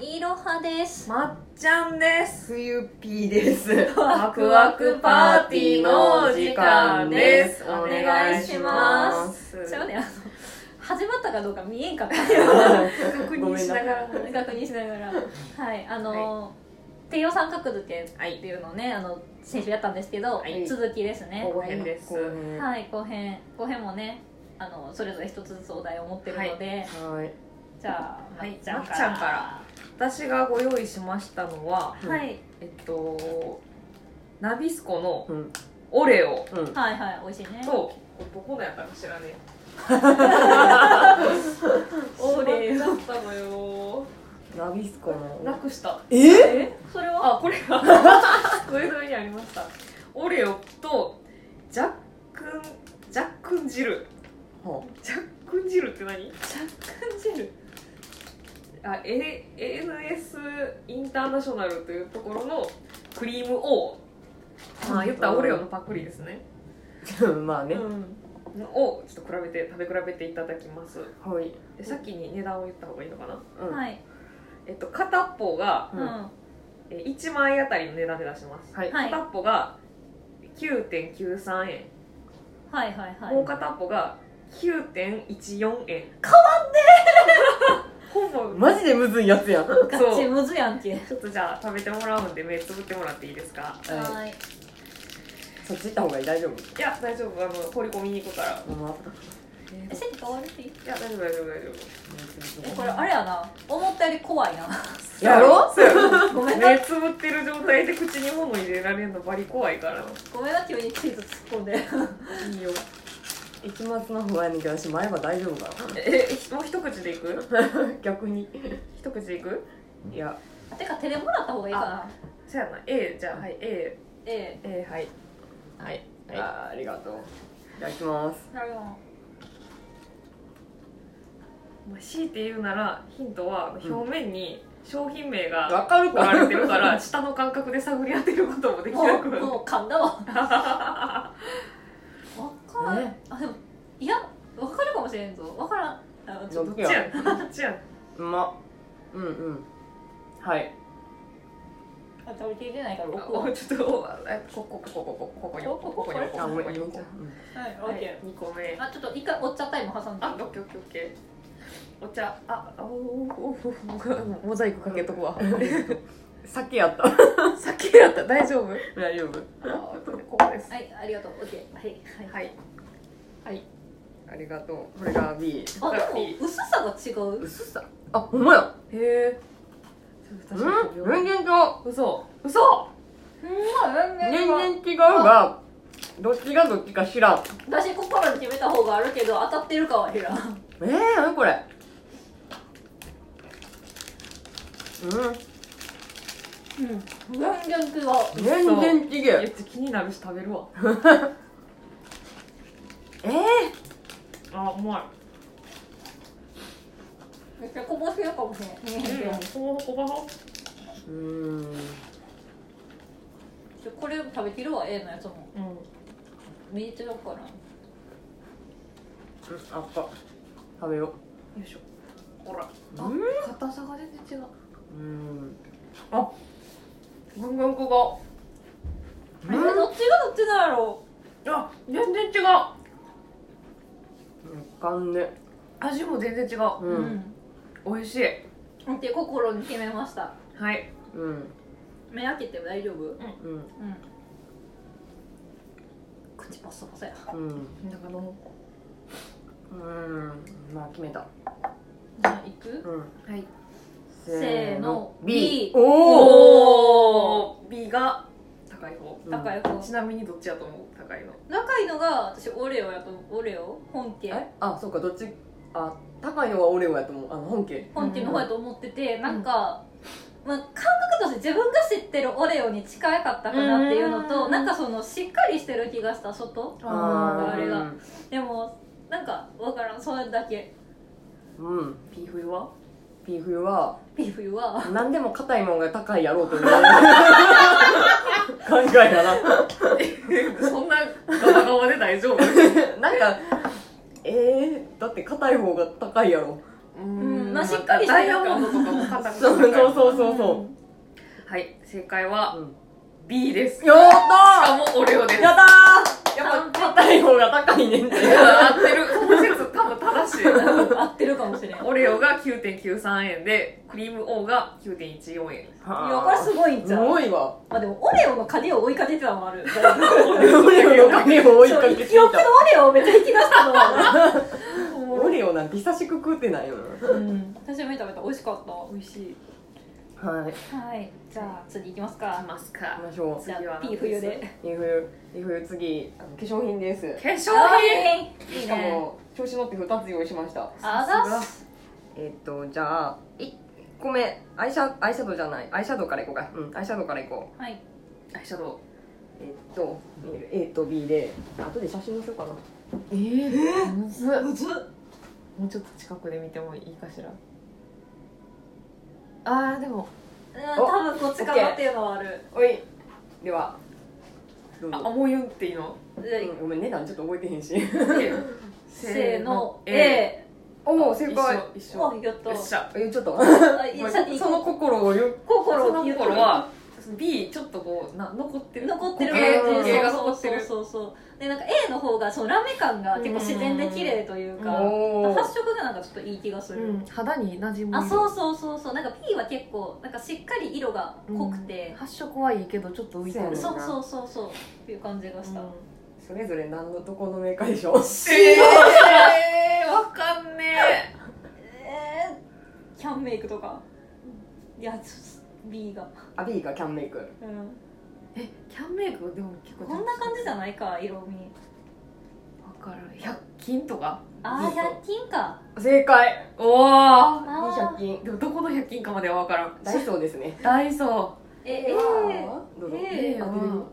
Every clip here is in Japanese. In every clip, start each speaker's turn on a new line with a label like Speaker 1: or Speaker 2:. Speaker 1: いろはです
Speaker 2: まっちゃんです。
Speaker 3: 冬ピーです。
Speaker 2: ワ
Speaker 3: ワ
Speaker 2: クワクパーティーのお時間です。お
Speaker 3: お
Speaker 2: 願
Speaker 3: 願
Speaker 2: い
Speaker 3: い
Speaker 2: し
Speaker 3: し
Speaker 2: ま
Speaker 3: ますす。
Speaker 1: ちゃうねあの始まったかどうか見えんかった
Speaker 2: 確認しながら。
Speaker 1: 確認しながらはいあの、低予算角度って
Speaker 2: はい
Speaker 1: っていうのをねあの先週やったんですけど、
Speaker 2: はい
Speaker 1: 続きですね
Speaker 2: 後編です
Speaker 3: 後編は
Speaker 1: はい後編後編もねあのそれぞれ一つずつお題を持ってるので、
Speaker 3: い。
Speaker 1: じゃあ、
Speaker 2: はい
Speaker 1: まっちゃんか
Speaker 2: まっちゃんから私がご用意しましたのは、
Speaker 3: うん
Speaker 1: はい、
Speaker 2: えっと、ナビスコの
Speaker 3: うん。
Speaker 2: オレオ
Speaker 3: うん。
Speaker 1: はいはい美味しいね
Speaker 2: と、これどこのやったか知ら ねえ。
Speaker 1: オレオ
Speaker 2: しまっちゃったのよ。
Speaker 3: ナビスコ
Speaker 2: な
Speaker 3: の。
Speaker 2: くした。
Speaker 3: え
Speaker 1: えそれは
Speaker 2: あ、これが、これぞにありました。オレオと、ジャックン、ジャックン汁。
Speaker 3: ほ
Speaker 2: ジャックン汁って何
Speaker 1: ジャックンジェル
Speaker 2: あ、A、ANS インターナショナルというところのクリーム O まあ言ったらオレオのパクリですね、
Speaker 3: う まあね。
Speaker 2: うん、をちょっと比べて食べ比べていただきます
Speaker 3: はい。
Speaker 2: で先に値段を言った方がいいのかな、
Speaker 3: うんは。
Speaker 1: はいい、
Speaker 2: えっと、片っぽが
Speaker 1: う
Speaker 3: うんん
Speaker 2: え1万円あたりの値段で出します、
Speaker 3: はい。
Speaker 1: はい
Speaker 2: 片っぽが9.93円、
Speaker 1: はいはいはい
Speaker 2: もう片っぽが9.14円変わってほぼ
Speaker 3: マジでむずいやつやん。は
Speaker 1: ガチ
Speaker 2: そう
Speaker 1: むずやんけ
Speaker 2: ちょっとじゃあ食べてもらうんで目つぶってもらっていいですか
Speaker 1: はい
Speaker 3: い。そっち行った方がいい。大丈夫。
Speaker 2: いや大丈夫あの放り込みに行くから
Speaker 3: ごま。
Speaker 1: え席変わるっていい
Speaker 2: いや大丈夫大丈夫大丈
Speaker 1: えこれあれやな思ったより怖いな
Speaker 2: 夫
Speaker 3: やろ
Speaker 2: そうやろ
Speaker 1: ごめんな
Speaker 2: 目つぶってる状態で口に物入れられるのバリ怖いから
Speaker 1: ごめんな急にチーズ突っ込んで
Speaker 2: いいよ
Speaker 3: 一末の不安にけど私前歯大丈夫か
Speaker 2: えもう一口でいく
Speaker 3: な逆に
Speaker 2: 一口でいく
Speaker 3: いや
Speaker 1: てか手でもらった方がいいかな
Speaker 2: そうやな A じゃあはい A
Speaker 1: え
Speaker 2: A はい
Speaker 3: はい、あーありがとういただきます
Speaker 1: えなるほ
Speaker 2: まあ、強いて言うならヒントは
Speaker 3: うん
Speaker 2: 表面に商品名が
Speaker 3: わかる
Speaker 2: 彫られてるから下の感覚で探り当てることもでき
Speaker 1: ど
Speaker 2: な
Speaker 1: もう
Speaker 2: くなる
Speaker 1: もう噛ん だわわかる
Speaker 3: ね
Speaker 1: あでもいやわかるかもしれんぞわからんあちょっ
Speaker 3: どっ
Speaker 2: どっちやんどっちやん
Speaker 3: うまうんうんはい
Speaker 1: と食べきれてないから僕は
Speaker 2: おちょっとおえここここここここに
Speaker 1: ここ
Speaker 2: ここ
Speaker 1: ここ
Speaker 2: こにこ
Speaker 3: あ
Speaker 2: こ
Speaker 3: ごめ
Speaker 2: こ
Speaker 3: ん
Speaker 2: に
Speaker 3: めっ
Speaker 2: こ
Speaker 3: ちゃ
Speaker 2: こ
Speaker 1: はいオ
Speaker 2: は
Speaker 1: ッ
Speaker 2: い
Speaker 1: ケ
Speaker 2: 二個目
Speaker 1: ーあちょっと一回お茶タイム挟んで
Speaker 2: あオッケーオッケーオッケーお茶あおおーおモザイクかけとくわ
Speaker 3: 酒やった
Speaker 2: 酒やった大丈夫
Speaker 3: 大丈夫
Speaker 2: あここです
Speaker 1: はいありがとうオッケーはいはい
Speaker 2: はい
Speaker 1: はい
Speaker 2: ありがと
Speaker 3: これが B
Speaker 1: あでも薄さが違う
Speaker 3: 薄さあほんまや
Speaker 2: うへえ
Speaker 3: う
Speaker 2: 確かに
Speaker 3: ん全然違う
Speaker 2: 嘘嘘
Speaker 1: うんまあ全
Speaker 3: 全
Speaker 1: 然
Speaker 3: 然違うがどっちがどっちか知らん
Speaker 1: 私心に決めた方があるけど当たってるかは知らん
Speaker 3: えー、何これ
Speaker 1: うん全然違う
Speaker 3: うん全然違
Speaker 2: め
Speaker 3: う
Speaker 2: っちゃ気になるし食べるわ
Speaker 3: えー、
Speaker 2: あうまい
Speaker 1: めっちゃこぼしてるかもしれん見えへんけど
Speaker 2: ほぼほぼほ
Speaker 3: うーん
Speaker 1: ちょこれ食べきるわ A のやつも
Speaker 2: ぼうん
Speaker 1: 見えてるかな
Speaker 3: あっか食べよ
Speaker 2: よいしょほら
Speaker 3: う
Speaker 2: あ
Speaker 3: うん
Speaker 2: 硬さが全然違う
Speaker 3: うん
Speaker 2: ガンガンこ
Speaker 1: あれどっちがどっちなんやろ
Speaker 2: があ全然違う
Speaker 3: いかんね
Speaker 2: 味も全然違う
Speaker 3: う
Speaker 1: うん
Speaker 2: 美味しい
Speaker 1: って心に決めました
Speaker 2: はい
Speaker 3: うん
Speaker 1: 目開けても大丈夫うん
Speaker 3: うん
Speaker 1: 口パサパサや
Speaker 3: うん
Speaker 2: なんか飲も
Speaker 3: うんまあ決めた
Speaker 1: じゃあいく
Speaker 3: うん
Speaker 2: うはい
Speaker 1: せーの B
Speaker 3: B
Speaker 1: お
Speaker 3: おお
Speaker 2: お B が高い方
Speaker 1: 高い方
Speaker 2: ちなみにどっちやと思う高いの
Speaker 1: 仲いいのが私オレオやと思うオレオ本家
Speaker 3: えあそうかどっちあ高いのはオレオやと思うあの本家
Speaker 1: 本家の方やと思ってて、なんか、まあ、感覚として自分が知ってるオレオに近かったかなっていうのと
Speaker 2: うん
Speaker 1: なんかそのしっかりしてる気がした外
Speaker 3: ー
Speaker 1: あれが
Speaker 3: うん
Speaker 1: でもなんか分からんそれだけ
Speaker 3: うん
Speaker 2: P 冬は
Speaker 3: ビーフは
Speaker 1: ビーフは
Speaker 3: 何でも硬いもんが高いやろうという考えだ な
Speaker 2: そんなガバガバで大丈夫う
Speaker 3: なんかえー、だって硬い方が高いやろ
Speaker 2: ーん
Speaker 1: まあしっかりしてる
Speaker 2: ダイヤモンドとかも硬く
Speaker 3: そうそうそうそうそ
Speaker 2: はい正解は
Speaker 3: う、うん
Speaker 2: B ですし
Speaker 3: よーっ
Speaker 2: かもオレオです
Speaker 3: とーやったーやっぱ硬い方が高いねん
Speaker 2: い
Speaker 3: て
Speaker 2: や合ってるこの説多分正しい
Speaker 1: 合ってるかもしれんいや
Speaker 2: オレオが9.93円でクリームオーが9.14円
Speaker 1: これすごいんち
Speaker 3: す
Speaker 1: ゃう
Speaker 3: ごいわ
Speaker 1: まあでもオレオの影を追いかけてたのもある
Speaker 3: オレオの影を追いかけて
Speaker 1: 記憶のオレオをめっちゃ引き出したのは
Speaker 3: オレオなんて久しく食ってないよ
Speaker 1: うん私も食べた美味しかった美味しい
Speaker 3: はい
Speaker 1: はいじゃあ次行きます
Speaker 2: あり
Speaker 1: か
Speaker 2: ます
Speaker 3: 行
Speaker 2: か
Speaker 3: きましょ
Speaker 1: じゃあ P 冬で
Speaker 3: ういい冬いい冬次あの化粧品です
Speaker 2: 化粧
Speaker 1: いい
Speaker 3: しか
Speaker 1: ね
Speaker 3: も調子乗って2つ用意しました
Speaker 1: あざっす
Speaker 3: えっとじゃあ1個目アイシャアイシャドウじゃないアイシャドウからいこうかうんアイシャドウからいこう
Speaker 1: はい
Speaker 2: 品アイシャドウ
Speaker 3: えっと A と B で後で写真にしようかな
Speaker 2: えー、むずっ
Speaker 1: ず
Speaker 2: もうちょっと近くで見てもいいかしらあーでも
Speaker 1: うん多分こっちかなっていうのはある
Speaker 3: おいではどう
Speaker 2: あ
Speaker 3: ぞ
Speaker 2: もう言っていいの
Speaker 1: じゃあ
Speaker 3: うんごめん値段ちょっと覚えてへんし
Speaker 1: せーの
Speaker 2: A
Speaker 1: A
Speaker 3: おお正
Speaker 2: 一
Speaker 3: 解
Speaker 2: 緒一緒
Speaker 1: おやった
Speaker 2: よっしゃ
Speaker 3: えちょっと
Speaker 1: あいやさっき
Speaker 3: その心をよ
Speaker 1: 心
Speaker 2: そ
Speaker 1: を
Speaker 2: の
Speaker 1: 言うと
Speaker 2: 頃は B ちょっとこうな残ってる
Speaker 1: 残ってる
Speaker 2: 固形
Speaker 3: うん
Speaker 2: 固形が
Speaker 1: そ
Speaker 2: 残
Speaker 1: う
Speaker 2: って
Speaker 1: そう
Speaker 2: る
Speaker 1: そうそうでなんか A の方がそのラメ感が結構自然で綺麗というか
Speaker 2: うん
Speaker 3: お
Speaker 1: 発色がなんかちょっといい気がする、
Speaker 2: うん肌に馴染む
Speaker 1: あそうそうそうそうなんか P は結構なんかしっかり色が濃くて、
Speaker 2: 発色はいいけどちょっと浮いて
Speaker 3: うん
Speaker 2: る
Speaker 1: そうそうそうそうっていう感じがした、
Speaker 3: それぞれ何のとこのメーカーで しょ
Speaker 2: ええー、わかんねえ
Speaker 1: えー、キャンメイクとかいやちょっと B が、
Speaker 3: アビーがキャンメイク
Speaker 1: うん、
Speaker 2: えキャンメイクでも結構
Speaker 1: こんな感じじゃないか色味
Speaker 2: わかる100均とか
Speaker 1: ああ
Speaker 3: いいと
Speaker 1: 100均か
Speaker 3: 正解
Speaker 2: おお
Speaker 1: あー
Speaker 3: 200均
Speaker 2: でもどこの100均かまではわからん
Speaker 3: ダイソーですね
Speaker 2: ダイソ
Speaker 1: ええ
Speaker 3: はどうぞ
Speaker 1: えー
Speaker 2: ー A
Speaker 3: うん
Speaker 2: は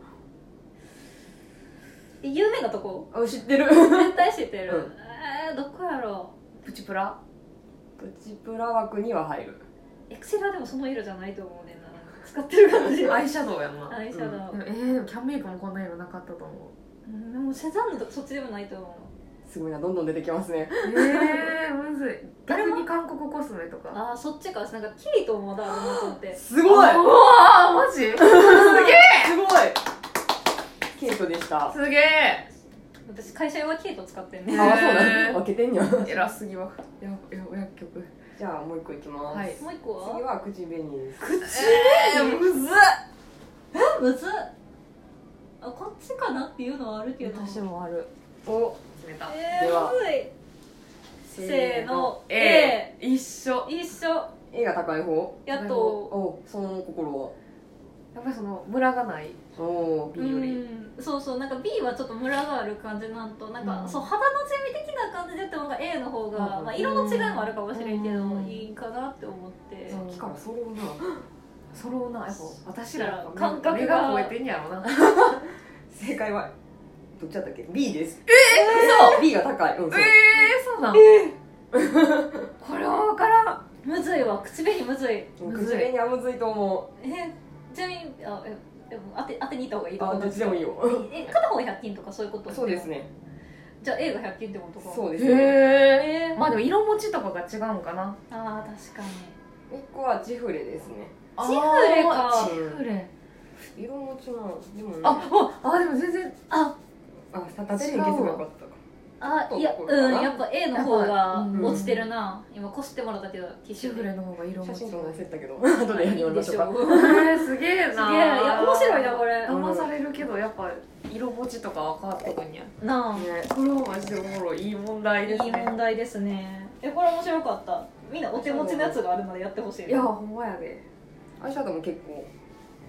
Speaker 1: え有名なとこ
Speaker 3: あ知ってる
Speaker 1: 絶対知ってる、
Speaker 3: うん
Speaker 1: えー、どこやろう
Speaker 2: プチプラ
Speaker 3: プチプラ枠には入る
Speaker 1: エクセラでもその色じゃないと思うねんな使ってる感じ
Speaker 2: アイシャドウやんな
Speaker 1: アイシャドウ
Speaker 2: で、もえー、でもキャンメイクもこんな色なかったと思う
Speaker 1: うんでもセザンヌとかそっちでもないと思う
Speaker 3: すごいなどんどん出てきますね
Speaker 2: えー、むずい
Speaker 1: 誰
Speaker 2: 逆
Speaker 1: も
Speaker 2: に韓国コスメとか
Speaker 1: ああそっちかなんかキリトもまだあるなと思って
Speaker 3: すごいう
Speaker 2: わーマジすげえ
Speaker 3: すごいケイトでした
Speaker 2: すげえ
Speaker 1: 私会社用はキリト使ってん
Speaker 3: あ
Speaker 1: ね
Speaker 3: そう
Speaker 1: も
Speaker 2: へ
Speaker 3: な
Speaker 2: ー
Speaker 3: の分けてんや
Speaker 2: 偉すぎはやや薬局
Speaker 3: じゃあもう一個いきます、
Speaker 2: はい
Speaker 1: 一個は
Speaker 3: 次は口紅です
Speaker 2: えー、むずっ
Speaker 1: むずっあこっちかなっていうのはあるけど
Speaker 2: もある
Speaker 3: お
Speaker 2: 決めた
Speaker 1: え
Speaker 3: で
Speaker 1: ー、
Speaker 3: は
Speaker 1: むずいせーの
Speaker 2: A 一緒
Speaker 1: 一緒
Speaker 3: A が高い方
Speaker 1: やっと
Speaker 3: おその心は
Speaker 2: やっぱりそのムラがない
Speaker 3: おー
Speaker 1: う
Speaker 3: B より
Speaker 1: んそうそうなんか B はちょっとムラがある感じなんとなんか、
Speaker 2: うん
Speaker 1: そう肌の染み的な感じでってのが A の方が、
Speaker 3: うん
Speaker 1: まあ、色の違いもあるかもしれんけど、
Speaker 2: うん
Speaker 1: いいかなって思って、
Speaker 2: うん
Speaker 3: 木からそれをな
Speaker 2: そろうなやっぱ私らの
Speaker 1: 感覚が
Speaker 2: 目が超えてんやろな
Speaker 3: 正解はどっちだったっけ B ですえー、B が高いうん
Speaker 2: え
Speaker 3: そ
Speaker 2: ー、
Speaker 3: う、
Speaker 2: そうなんこれは分からん
Speaker 1: むずいわ口紅むずい
Speaker 3: もう口紅はむずいと思う
Speaker 1: えちなみにあええ当て当てに行った方がいいと
Speaker 3: あ
Speaker 1: 思
Speaker 3: どっちでもいいよ
Speaker 1: え片方が100均と かそういうこと
Speaker 3: そうですね
Speaker 1: じゃあ A が100均ってことか
Speaker 3: そうですね
Speaker 2: へえ
Speaker 1: えー
Speaker 2: まあでも色持ちとかが違うんかな
Speaker 1: あー確かに
Speaker 3: 一個はジフレですね
Speaker 1: チフレか
Speaker 2: あーチフレ
Speaker 3: 色持ちなでもね
Speaker 2: あああでも全然あ
Speaker 3: あさ立てる気づかなかったか
Speaker 1: あ
Speaker 3: そう
Speaker 1: いや
Speaker 3: ここか
Speaker 1: う
Speaker 3: なん
Speaker 1: やっぱ A の方が
Speaker 2: うん
Speaker 1: 落ちてるな、今こすってもらったけどティッシ
Speaker 2: チ
Speaker 1: ュ
Speaker 2: フレの方が色持
Speaker 3: 写
Speaker 2: ち
Speaker 3: 真
Speaker 2: が
Speaker 3: 撮らせたけど 後でやり
Speaker 1: いい
Speaker 3: ま
Speaker 1: で
Speaker 3: し
Speaker 1: し
Speaker 3: ょう
Speaker 1: ょ
Speaker 3: か
Speaker 1: う
Speaker 2: えーすげえ
Speaker 1: す
Speaker 2: な
Speaker 1: げえいや面白いなこれ
Speaker 2: 騙されるけどやっぱ色持ちとか分かってくんや
Speaker 1: な
Speaker 3: ね
Speaker 2: これはマジでおもろいいい問
Speaker 1: あ
Speaker 2: 題
Speaker 1: い
Speaker 2: で
Speaker 1: い
Speaker 2: すね
Speaker 1: 問題ですねえこれ面白かったみんなお手持ちのやつがあるのでやってほしい
Speaker 2: いやほんまやで
Speaker 3: アイシャドウも結構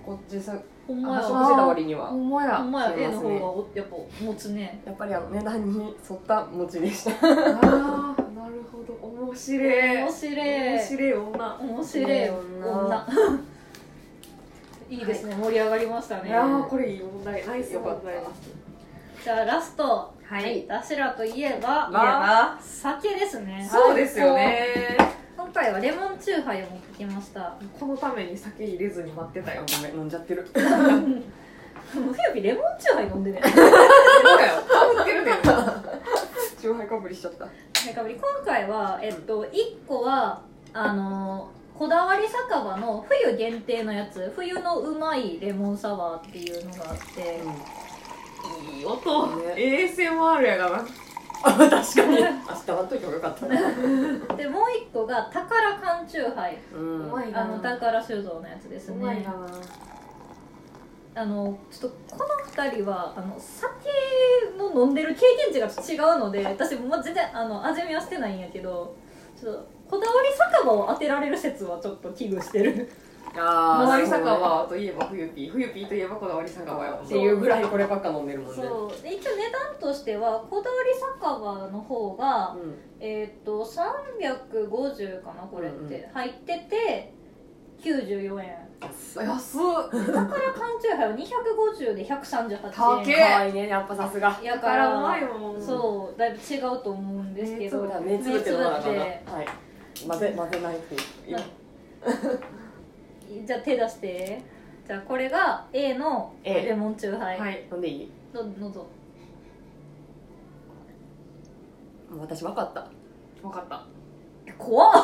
Speaker 3: こっちさ
Speaker 1: ほんまや
Speaker 3: 発色
Speaker 1: わ
Speaker 3: してた割には
Speaker 2: ほんまや
Speaker 1: ほんまや
Speaker 3: そうで
Speaker 1: A
Speaker 3: すね
Speaker 1: の方がおやっぱ持つね
Speaker 3: やっぱりあの値段に沿った持ちで した
Speaker 2: あーなるほど面白い
Speaker 1: 面白い
Speaker 2: 面白い女
Speaker 1: 面白い女いいですね、盛り上がりました
Speaker 2: い
Speaker 1: ね
Speaker 2: やーこれいい問題ナイス
Speaker 3: よか
Speaker 2: 問
Speaker 3: った
Speaker 2: 題
Speaker 1: じゃあラスト
Speaker 2: は
Speaker 1: 私らといえば
Speaker 3: まあ
Speaker 1: 酒ですね
Speaker 2: そうですよね
Speaker 1: 今回はレモンチューハイを持ってきました
Speaker 2: このために酒入れずに待ってたよ
Speaker 3: ごめん飲んじゃ ってる
Speaker 1: 冬日レモンチューハイ飲んでね
Speaker 2: そう だよかぶってるね
Speaker 3: チューハイかぶりしちゃった
Speaker 1: はいかぶり今回は、えっと、1個はあのこだわり酒場の冬限定のやつ冬のうまいレモンサワーっていうのがあって
Speaker 2: いい音、
Speaker 3: ね
Speaker 2: ASMR やがな
Speaker 3: あ 確か に明日割っといてもよかったな
Speaker 1: でもう一個が宝缶チューハイ
Speaker 3: うん
Speaker 2: うまいな
Speaker 1: あの宝酒造のやつですね
Speaker 2: な
Speaker 1: あのちょっとこの2人はあの酒の飲んでる経験値がちょっと違うので私もう全然あの味見はしてないんやけどちょっとこだわり酒場を当てられる説はちょっと危惧してる
Speaker 3: あ
Speaker 2: こ
Speaker 3: ー
Speaker 2: だわり酒場といえば冬ピー冬ピーといえばこだわり酒場やもん
Speaker 3: っ
Speaker 2: な
Speaker 3: ていうぐらいこればっか飲んでるもんね
Speaker 1: そうで一応値段としてはこだわり酒場の方が
Speaker 3: うん
Speaker 1: えーっと350かなこれって、
Speaker 3: うんうん
Speaker 1: 入ってて94円
Speaker 3: 安い
Speaker 2: 安っ
Speaker 1: だから缶チューハイは250で
Speaker 2: 高
Speaker 1: 138
Speaker 2: っ
Speaker 1: 円
Speaker 2: 可
Speaker 3: 愛いねやっぱさすが
Speaker 1: や
Speaker 2: だ
Speaker 1: か
Speaker 2: からうまい
Speaker 1: ら
Speaker 2: もん
Speaker 1: そうだいぶ違うと思うんですけど
Speaker 3: そうだ目つぶって飲まなあかんな
Speaker 1: 目つ
Speaker 3: はい混ぜ混ぜないっていう
Speaker 1: ぶってじゃあ手出してじゃあこれが A の
Speaker 3: A
Speaker 1: レモンチューハイ、
Speaker 2: はい
Speaker 3: 飲んでいい
Speaker 1: どどうぞ
Speaker 3: もう私分かった
Speaker 2: 分かった
Speaker 1: 怖っ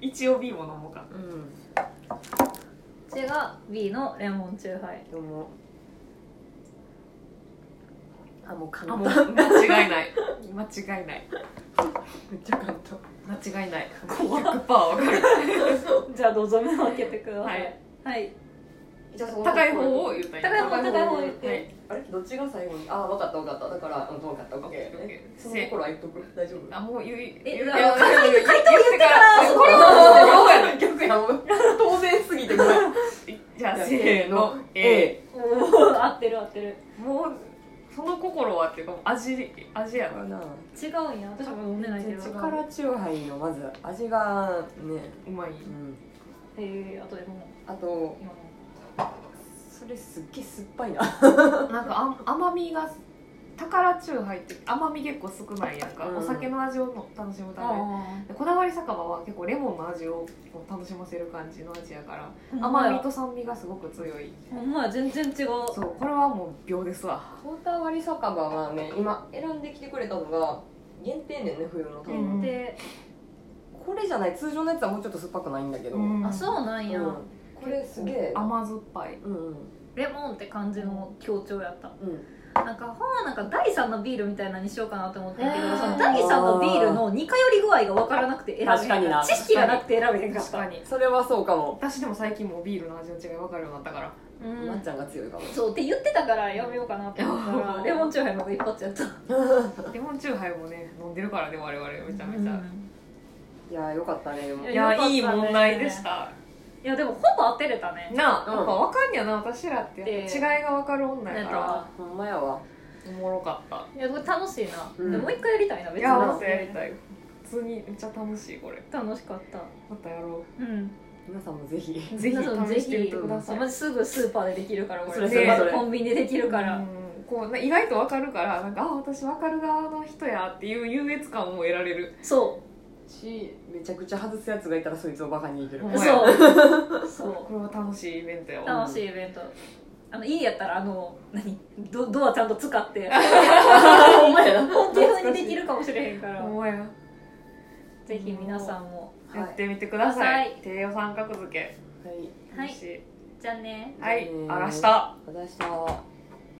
Speaker 2: 一応 B も飲もうか
Speaker 3: うん
Speaker 1: こっちが B のレモンチューハイ
Speaker 3: でもあもう簡
Speaker 2: あ
Speaker 3: 単
Speaker 2: もう間違いない間違いない
Speaker 3: めっちゃ簡単
Speaker 2: 間違い ない100%分かる
Speaker 1: じゃあどうぞ目を開けてくださ
Speaker 2: はいい
Speaker 1: はい、
Speaker 3: じゃあその
Speaker 2: 高い方を言ったらいい
Speaker 1: 高い方高い方言って
Speaker 3: はいあれどっちが最後にあ分かった分かっただからうん分かった分かった
Speaker 2: オッケーオッケー
Speaker 3: えその心は言っとく大丈夫
Speaker 2: あもう言う
Speaker 1: え
Speaker 2: う
Speaker 1: あの回答
Speaker 2: 言って
Speaker 1: から
Speaker 2: これはもう
Speaker 3: や逆や当然すぎてごめん
Speaker 2: 秒やじゃあせーの A
Speaker 3: A
Speaker 1: おお合ってる合ってる
Speaker 2: もうその心はっていうかもう味味やな
Speaker 1: 違うんや私も飲んでないけど
Speaker 2: 全然違う
Speaker 1: へ
Speaker 3: 力チューハイのまず味がね
Speaker 2: うまい
Speaker 3: うん
Speaker 1: えあとでもう
Speaker 3: あと
Speaker 1: 今も
Speaker 3: それすっげえ酸っぱい な
Speaker 2: なんかあ甘みが宝チューハイって甘み結構少ないやんか、
Speaker 3: うん
Speaker 2: お酒の味をの楽しむためでこだわり酒場は結構レモンの味をこう楽しませる感じの味やから
Speaker 1: ほんまや
Speaker 2: 甘みと酸味がすごく強い
Speaker 1: ほんまや全然違う
Speaker 2: そうこれはもう秒ですわ
Speaker 3: ポーター割り酒場はね今選んできてくれたのが限定ねんね冬の
Speaker 2: うん
Speaker 1: 限定
Speaker 3: これじゃない通常のやつはもうちょっと酸っぱくないんだけど、
Speaker 2: うん
Speaker 1: あそうなんや
Speaker 3: うんこれすげえ
Speaker 2: 甘酸っぱい
Speaker 3: うんうん
Speaker 1: レモンって感じの強調やった
Speaker 3: うん
Speaker 1: なんかほんまなんか第3のビールみたいなのにしようかなと思ってんけ
Speaker 2: う
Speaker 1: ど
Speaker 2: ん
Speaker 1: その第3のビールの似通り具合が分からなくて選べへん
Speaker 3: 確かにな
Speaker 1: 知識がなくて選べへんかった
Speaker 2: に
Speaker 3: それはそうかも、
Speaker 2: 私でも最近もうビールの味の違い分かるようになったから
Speaker 1: う
Speaker 3: まっ
Speaker 1: ん
Speaker 3: ちゃんが強いかも
Speaker 1: そうって言ってたからやめようかなと思った
Speaker 2: う
Speaker 1: ら
Speaker 2: ん
Speaker 1: レモンチューハイの方が一発やった
Speaker 2: レモンチューハイもね飲んでるからね我々めちゃめちゃ、
Speaker 1: うん
Speaker 3: いやーよかったねでも
Speaker 1: い
Speaker 2: い
Speaker 1: よか
Speaker 2: や
Speaker 1: ったね
Speaker 2: いい問題でした
Speaker 1: いやでもほぼ当てれたね
Speaker 2: なあ、
Speaker 3: うん
Speaker 2: やっぱ分かんやな私らってやっぱ違いが分かる女やから、
Speaker 3: ほんまやわ
Speaker 2: おもろかった
Speaker 1: いやこれ楽しいな、
Speaker 3: うん
Speaker 1: でもう一回やりたいな別に
Speaker 2: いやまたやりたい普通にめっちゃ楽しいこれ
Speaker 1: 楽しかった
Speaker 2: またやろ
Speaker 1: うん
Speaker 3: 皆さんもぜひ
Speaker 2: うぜひ試してみてください、
Speaker 1: まずすぐスーパーでできるからこ
Speaker 3: そ
Speaker 1: れ
Speaker 3: れ
Speaker 2: それ
Speaker 1: ね
Speaker 3: それ
Speaker 1: コンビニでできるから、
Speaker 2: うんこうな意外と分かるからなんかあ私分かる側の人やっていう優越感も得られる
Speaker 1: そ
Speaker 3: しめちゃくちゃ外すやつがいたらそいつをバカにできる
Speaker 2: ほん
Speaker 1: う
Speaker 2: ま
Speaker 1: そ
Speaker 2: や
Speaker 1: う そ
Speaker 2: これは楽しいイベントや
Speaker 1: う
Speaker 2: わ
Speaker 1: 楽しいイベントあのいいやったらあの何ドドアちゃんと使って
Speaker 3: ほんまやな
Speaker 1: 本気風にできるかもしれへん から
Speaker 2: ほんまや
Speaker 1: ぜひ皆さんも
Speaker 2: やってみてくださ
Speaker 1: はい
Speaker 2: い、低予算格付け
Speaker 3: はい
Speaker 1: はい
Speaker 2: 楽しい
Speaker 1: じゃあね
Speaker 2: はい、
Speaker 3: うん
Speaker 2: あらした
Speaker 3: 私は